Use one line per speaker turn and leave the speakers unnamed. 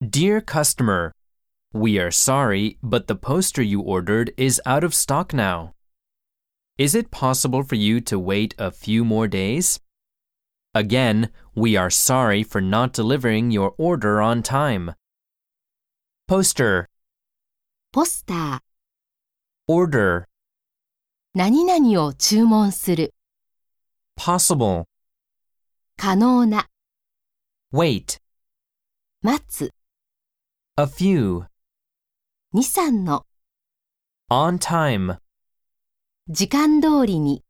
Dear customer, we are sorry, but the poster you ordered is out of stock now. Is it possible for you to wait a few more days? Again, we are sorry for not delivering your order on time. Poster,
ポスター、
order,
何々を注文する、
possible,
可能な、
wait,
待つ、
a few,
2、3の、
on time.
時間通りに。